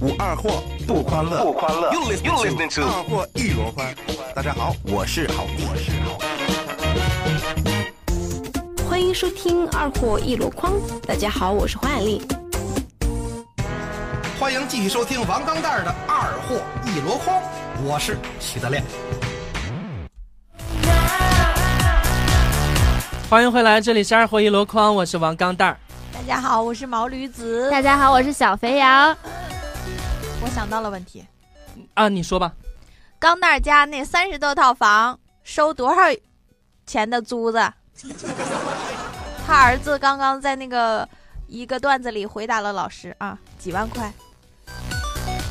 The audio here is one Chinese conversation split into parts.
无二货不欢乐，不欢乐 You listen, You listening to 二货一箩筐。大家好，我是好弟，我是好欢迎收听二货一箩筐。大家好，我是黄雅丽。欢迎继续收听王刚蛋儿的二货一箩筐，我是许德亮。欢迎回来，这里是二货一箩筐，我是王刚蛋儿。大家好，我是毛驴子。大家好，我是小肥羊。我想到了问题，啊，你说吧，钢蛋儿家那三十多套房收多少钱的租子？ 他儿子刚刚在那个一个段子里回答了老师啊，几万块。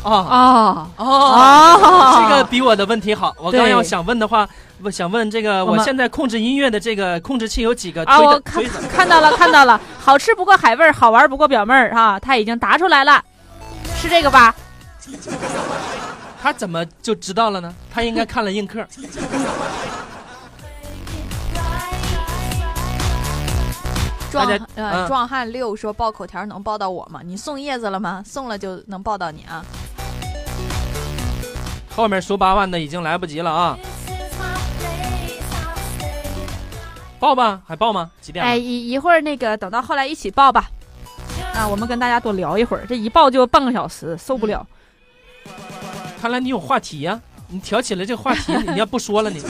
哦哦，哦，哦这个比我的问题好。我刚对要想问的话，我想问这个，我我们现在控制音乐的这个控制器有几个啊，推我的看推的？看到了，看到了，好吃不过海味儿，好玩不过表妹儿哈，他已经答出来了，是这个吧？他怎么就知道了呢？他应该看了映客。壮大家呃，嗯壮汉六说报口条能报到我吗？你送叶子了吗？送了就能报到你啊。后面数八万的已经来不及了啊！报吧，还报吗？几点了？哎，一一会儿那个等到后来一起报吧。啊，我们跟大家多聊一会儿，这一报就半个小时，受不了。看来你有话题呀、你挑起了这个话 题，你要不说了你，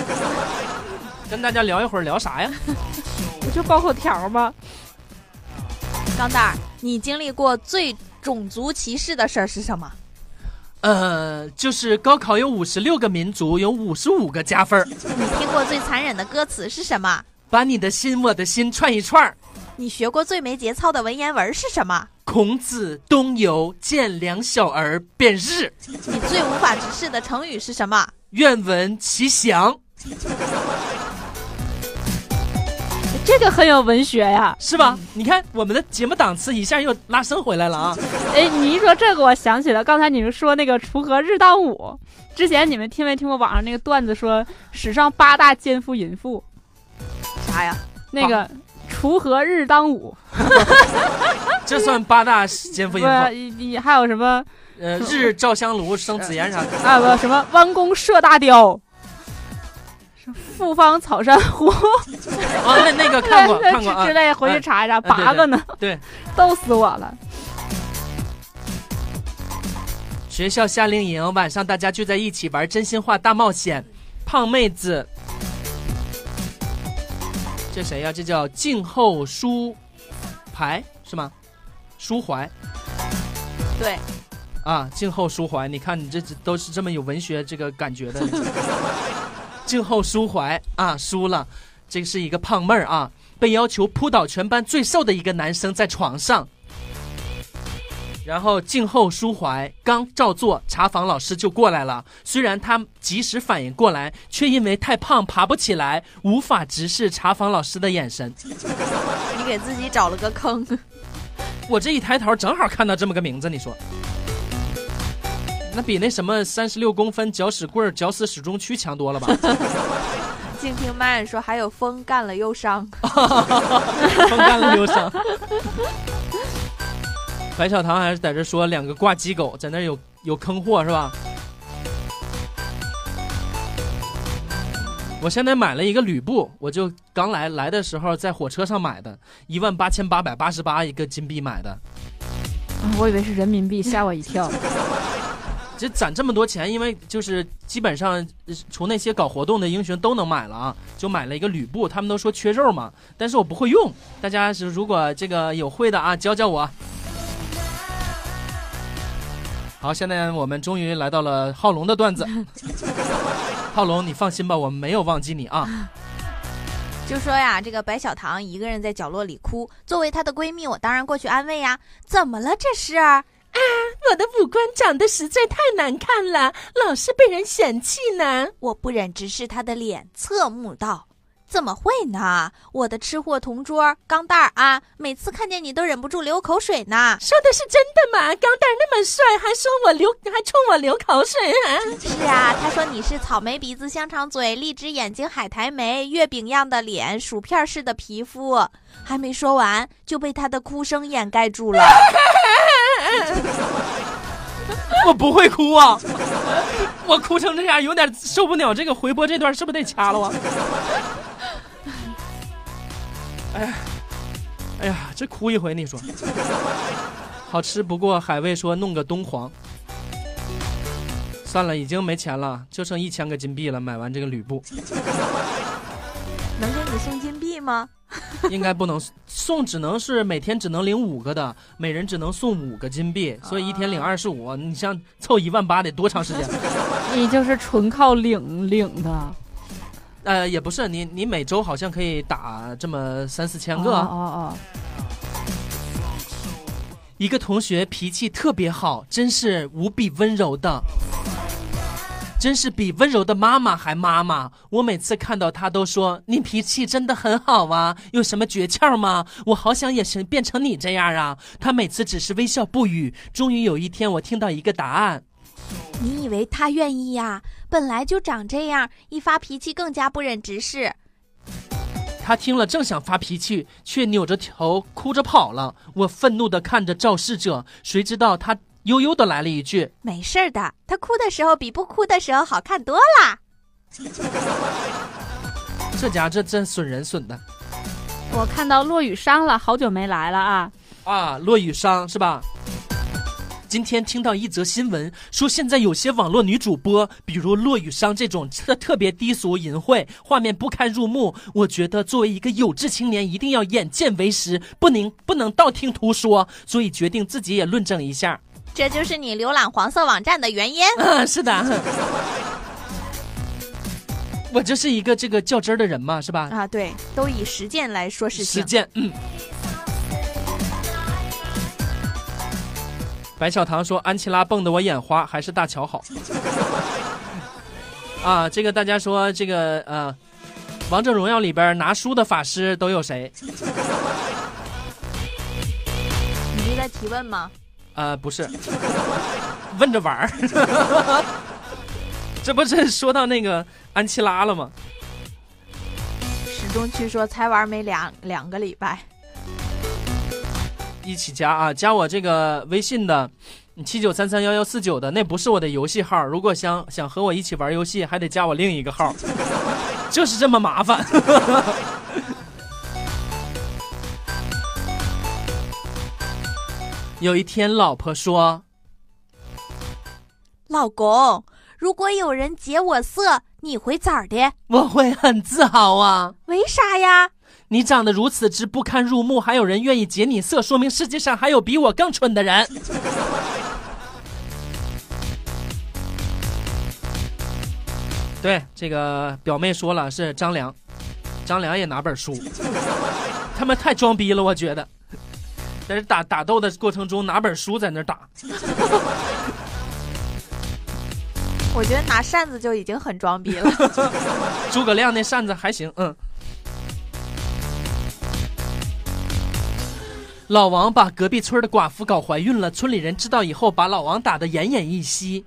跟大家聊一会儿聊啥呀？不就报口条吗？钢蛋儿，你经历过最种族歧视的事儿是什么？呃，就是高考有五十六个民族，有五十五个加分儿你听过最残忍的歌词是什么？把你的心我的心串一串儿。你学过最没节操的文言文是什么？孔子东游，见两小儿便是。你最无法直视的成语是什么？愿闻其详，这个很有文学呀。是吧？你看我们的节目档次一下又拉升回来了啊！哎，你一说这个，我想起了刚才你们说那个锄禾日当午。之前你们听没听过网上那个段子说，史上八大奸夫淫妇，啥呀？那个锄禾日当午，这算八大奸夫淫不妇，是你你还有什么呃，日照香炉，生紫烟啥的。啊不什么弯弓射大雕，什 么复方草珊瑚，啊，那那个看过看过啊哎之。类，回去查一查，对对八个呢，对， 逗死我了。学校夏令营晚上大家聚在一起玩真心话大冒险，胖妹子，这谁呀、这叫静候书牌是吗？书怀对，啊，静候书怀，你看你这这都是这么有文学这个感觉的。 静候书怀啊，输了，这是一个胖妹儿啊，被要求扑倒全班最瘦的一个男生在床上。然后静候书怀，刚照做，查房老师就过来了。虽然他及时反应过来，却因为太胖爬不起来，无法直视查房老师的眼神。你给自己找了个坑。 我这一抬头，正好看到这么个名字，你说，那比那什么三十六公分搅屎棍儿搅死始终区强多了吧？静听麦人说，还有风干了忧伤。风干了忧伤。白小棠还是在这说两个挂机狗在那儿有有坑货是吧？我现在买了一个吕布，我就刚来来的时候在火车上买的，一万八千八百八十八一个金币买的。啊我以为是人民币，吓我 一跳。这攒这么多钱，因为就是基本上呃除那些搞活动的英雄都能买了啊，就买了一个吕布，他们都说缺肉嘛，但是我不会用，大家是如果这个有会的啊，教教我。好，现在我们终于来到了浩龙的段子。浩龙，你放心吧，我们没有忘记你啊。就说呀，这个白小棠一个人在角落里哭，作为她的闺蜜，我当然过去安慰呀。怎么了？这是？我的五官长得实在太难看了，老是被人嫌弃呢。我不忍直视她的脸，侧目道：“怎么会呢？我的吃货同桌钢蛋儿啊，每次看见你都忍不住流口水呢。说的是真的吗？钢蛋那么帅，还说我流，还冲我流口水啊！”是啊，她说你是草莓鼻子、香肠嘴、荔枝眼睛、海苔眉、月饼样的脸、薯片似的皮肤。 还没说完，就被她的哭声掩盖住了。 不会哭啊！我哭成这样，有点受不了。这个回播这段是不是得掐了我？ 哎呀，哎呀，这哭一回，你说 好吃不过海味说弄个东皇。算了，已经没钱了，就剩一千个金币了。买完这个吕布，能给你送金币吗？应该不能送，只能是每天只能领五个的，每人只能送五个金币，所以一天领二十五。你像凑一万八得多长时间？你就是纯靠领领的，呃，也不是，你你每周好像可以打这么三四千个。啊哦哦一个同学脾气特别好，真是无比温柔的，真是比温柔的妈妈还妈妈。我每次看到她都说：“你脾气真的很好啊，有什么诀窍吗？我好想也是变成你这样啊。”她每次只是微笑不语。终于有一天，我听到一个答案，你以为他愿意呀、本来就长这样，一发脾气更加不忍直视。她听了正想发脾气，却扭着头哭着跑了。我愤怒地看着肇事者，谁知道她悠悠地来了一句：“没事儿的，他哭的时候比不哭的时候好看多啦。这家这真损人损的哦，我看到落雨伤了，好久没来了啊。啊！落雨伤是吧？今天听到一则新闻，说现在有些网络女主播，比如落雨伤这种特特别低俗、淫秽，画面不堪入目。我觉得作为一个有志青年，一定要眼见为实，不能不能道听途说，所以决定自己也论证一下。这就是你浏览黄色网站的原因。啊， 是的，我就是一个这个较真儿的人嘛，是吧？啊，对，都以实践来说事实情。践。嗯。白小棠说：“安琪拉蹦得我眼花，还是大乔好。” 啊，这个大家说这个呃，《王者荣耀》里边拿书的法师都有谁？你是在提问吗？呃，不是，问着玩儿。 这不是说到那个安琪拉了吗？始终去说才玩没两两个礼拜，一起加啊，加我这个微信的，七九三三幺幺四九的，那不是我的游戏号。如果想想和我一起玩游戏，还得加我另一个号， 就是这么麻烦。 有一天，老婆说老公，如果有人劫我色，你会咋的？：“我会很自豪啊，为啥呀？你长得如此之不堪入目，还有人愿意劫你色，说明世界上还有比我更蠢的人。”对，这个表妹说了是张良，张良也拿本书，他们太装逼了，我觉得。在这打打斗的过程中，拿本书在那儿打，我觉得拿扇子就已经很装逼了。 诸葛亮那扇子还行，嗯。老王把隔壁村的寡妇搞怀孕了，村里人知道以后，把老王打得奄奄一息。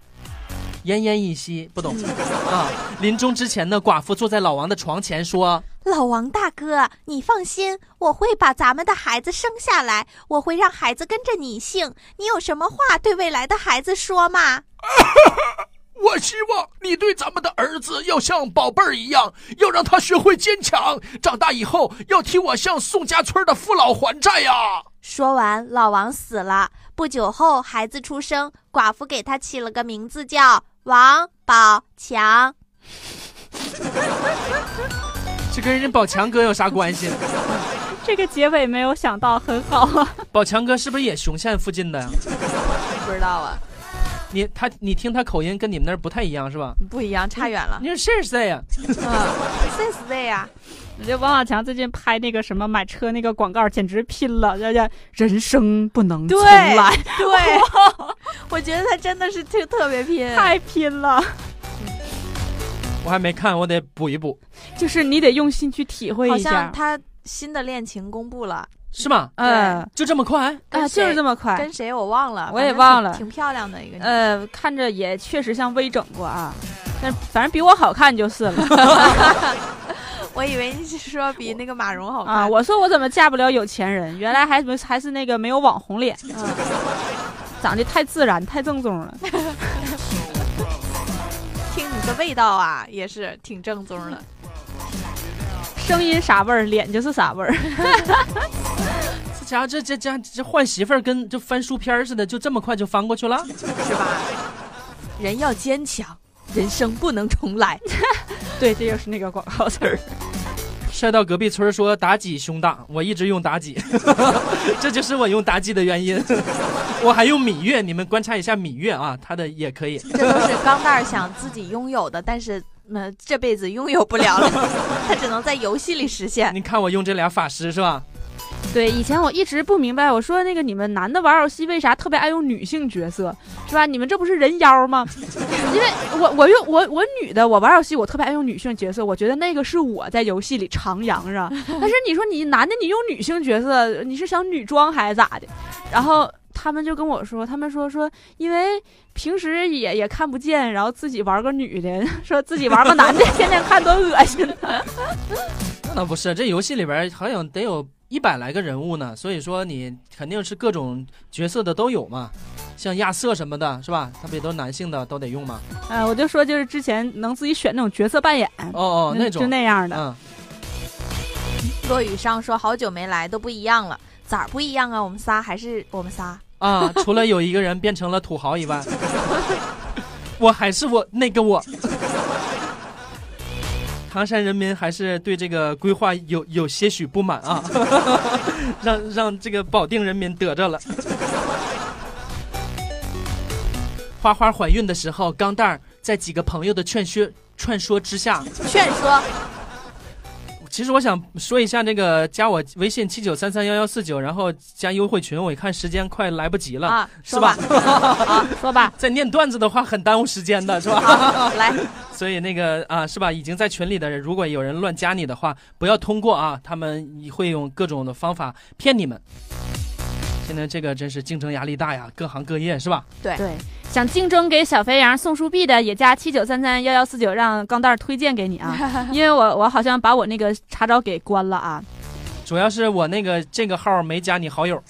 奄奄一息，不懂 啊！临终之前呢，寡妇坐在老王的床前说老王大哥，你放心，我会把咱们的孩子生下来，我会让孩子跟着你姓。你有什么话对未来的孩子说吗？：“我希望你对咱们的儿子要像宝贝儿一样，要让他学会坚强，长大以后要替我向宋家村的父老还债啊呀、说完，老王死了。不久后，孩子出生，寡妇给他起了个名字叫王宝 强。：“这跟人家宝强哥有啥关系？这个结尾没有想到，很好啊。 宝强哥是不是也雄县附近的呀？不知道啊，你他你听他口音跟你们那儿不太一样是吧？不一样，差远了。你说是谁呀？谁是谁呀？这王宝强最近拍那个什么买车那个广告，简直拼了！人家人生不能重来， 对， 我觉得他真的是特特别拼。 太拼了。我还没看，我得补一补，就是你得用心去体会好一像下，他新的恋情公布了，是吗？嗯就这么快？跟啊，谁就是这么快。跟谁哎我忘了，嗯我也反正忘了挺挺漂亮的一个女。呃，看着也确实像微整过啊，但反正比我好看就是了 我以为你是说比那个马蓉好看啊！我说我怎么嫁不了有钱人，原来还没还是那个没有网红脸。嗯，讲的啊太自然，太正宗了。听你的味道啊，也是挺正宗的。声音啥味儿，脸就是啥味儿。 这家伙这这家这换媳妇儿跟就翻书片儿似的，就这么快就翻过去了。人要哎坚强，人生不能重来。对，这就是那个广告词儿。帅到隔壁村儿说妲己胸大，我一直用妲 己，这就是我用妲己的原因。我还用芈月，你们观察一下芈月啊，她的也 可以。这都是钢蛋儿想自己拥有的，但是呃这辈子拥有不了 了，他只能在游戏里实现。你看我用这俩法师是吧？对，以前我一直不明白，我说那个你们男的玩游戏为啥特别爱用女性角色，是吧？你们这不是人妖吗？ 因为我我用我我女的，我玩游戏我特别爱用女性角色，我觉得那个是我在游戏里徜徉 着。但是你说你男的你用女性角色，你是想女装还是咋的？然后他们就跟我说，他们说说因为平时也也看不见，然后自己玩个女的，说自己玩个男的， 天天看多恶心。那倒不是，这游戏里边儿好像得有一百来个人物呢，所以说你肯定是各种角色的都有嘛，像亚瑟什么的，是吧？他不也都是男性的都得用吗？哎、我就说就是之前能自己选那种角色扮演。哦哦，嗯那就种，那样的。嗯，骆雨商说好久没来，都不一样了，咋不一样啊？我们仨还是我们仨，啊，除了有一个人变成了土豪以外，我还是我那个我。唐山人民还是对这个规划有有些许不满啊，让让这个保定人民得着了。花花怀孕的时候，钢蛋儿在几个朋友的劝说劝说之下，劝说其实我想说一下那个加我微信七九三三幺幺四九，然后加优惠群，我一看时间快来不及了，啊，是说吧吧，？ 啊说吧，在念段子的话很耽误时间的，是吧？好，来，所以那个啊，是吧？已经在群里的人，如果有人乱加你的话，不要通过啊，他们会用各种的方法骗你们。现在这个真是竞争压力大呀，各行各业是吧？对，想竞争给小肥羊送书币的也加七九三三幺幺四九，让钢蛋儿推荐给你 啊，因为我我好像把我那个查找给关了啊，主要是我那个这个号没加你好友，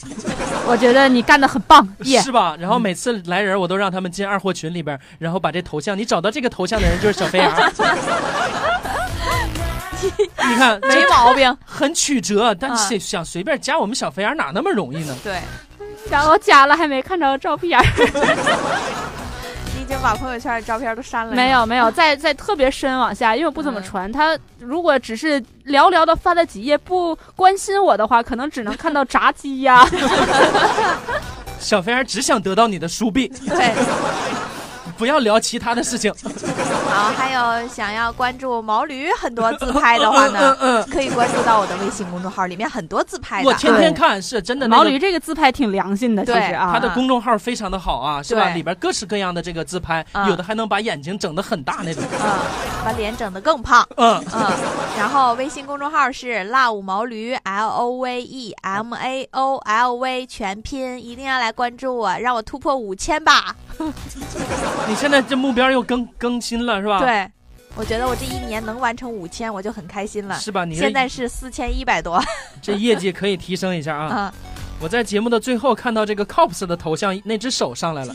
我觉得你干的很棒，耶、是吧？然后每次来人，我都让他们进二货群里边，然后把这头像，你找到这个头像的人就是小飞羊。你看，哎没 毛病，很曲折，但啊是想随便加我们小飞羊哪那么容易呢？对然后加了还没看着 照片儿，你已经把朋友圈的照片都删了，没？有没有，在在特别深往下，因为我不嗯怎么传，他如果只是寥寥的翻了几页，不关心我的话，可能只能看到炸鸡呀、小飞羊只想得到你的书 币，对，不要聊其他的事情。好，还有想要关注毛驴很多自拍的话 呢，可以关注到我的微信公众号，里面很多自拍的嗯我。天天看，是真 的。那毛个驴这个自拍挺良心的，其对实啊，他的公众号非常的好啊，是吧？对里边各式各样的这个自拍，啊有的还能把眼睛整得很大那 种。嗯，把脸整得更胖。嗯，嗯，然后微信公众号是辣五毛驴 L O V E M A O L V 全拼，一定要来关注我，让我突破五千吧！你现在这目标又更更新了，是吧？，对，我觉得我这一年能完成五千，我就很开心了。是吧？你这啊现在是四千一百多，这业绩可以提升一下啊！嗯，我在节目的最后看到这个 Cops 的头像，那只手上来了。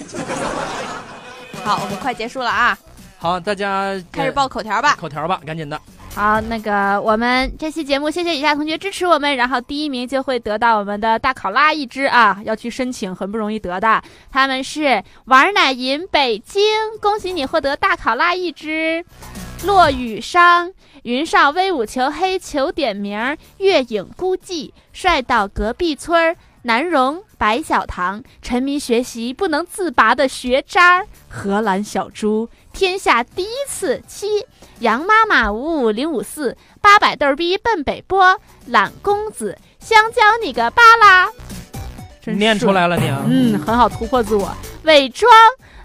好，我们快结束了啊，好，大家开始报口条吧。口条吧，赶紧的。好，那个我们这期节目谢谢以下同学支持我们，然后第一名就会得到我们的大考拉一只啊，要去申请，很不容易得的。他们是玩奶银北京，恭喜你获得大考拉一只。落雨商、云上威武求黑求点名儿，月影孤寂，帅到隔壁村儿，南荣、白小棠，沉迷学习不能自拔的学渣儿，荷兰小猪，天下第一次七杨妈妈五五零五四八百逗儿逼奔北坡懒公子香蕉你个巴拉，真念出顺来了你啊！嗯，很好突破自我。伪装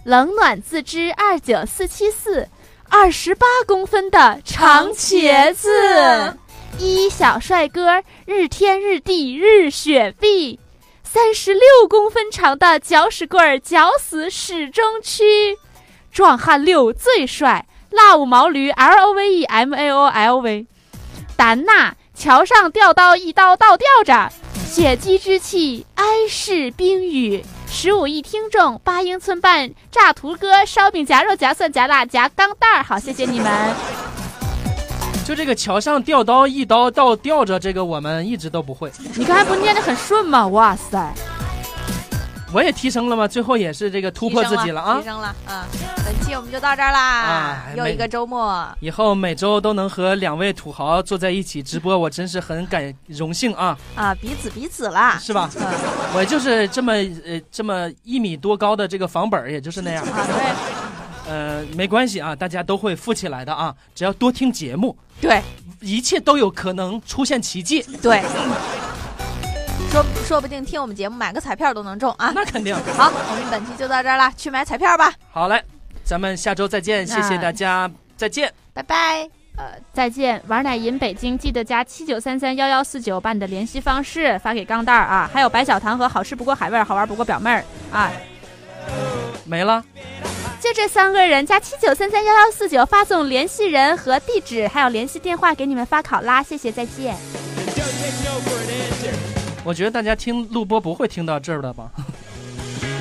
冷暖自知二九四七四，二十八公分的长茄子。一小帅哥，日天日地日雪碧，三十六公分长的搅屎棍儿搅死始终区，壮汉六最帅，辣五毛驴 L O V E M A O L V，丹娜桥上吊刀一刀倒吊着，血迹之气，哀是冰雨，十五亿听众，八英寸半炸图哥，烧饼夹肉夹蒜夹辣夹钢蛋儿，好，谢谢你们。就这个桥上吊刀一刀倒吊着，这个我们一直都不会。你刚才不念得很顺吗？哇塞，我也提升了吗？最后也是这个突破自己了啊提！升了啊！本期我们就到这儿啦哎，又没一个周末，以后每周都能和两位土豪坐在一起直播，我真是很感荣幸啊，啊，彼此彼此啦，是吧？嗯啊，我就是这么呃这么一米多高的这个房本儿，也就是那样。 对呃，没关系啊，大家都会富起来的啊，只要多听节目，对一切都有可能出现奇迹。对，说说不定听我们节目买个彩票都能中啊！那肯定。好，我们本期就到这儿啦，去买彩票吧，好嘞，咱们下周再见，谢谢大家，再见。拜拜。再见！玩奶银北京，记得加七九三三幺幺四九，把你的联系方式发给钢蛋儿啊，还有白小糖和好吃不过海味儿，好玩不过表妹儿啊，没了，就这三个人加七九三三幺幺四九发送联系人和地址，还有联系电话给你们发考拉，谢谢，再见。我觉得大家听录播不会听到这儿的吧？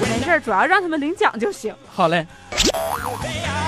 没事儿，主要让他们领奖就行。好嘞。 They are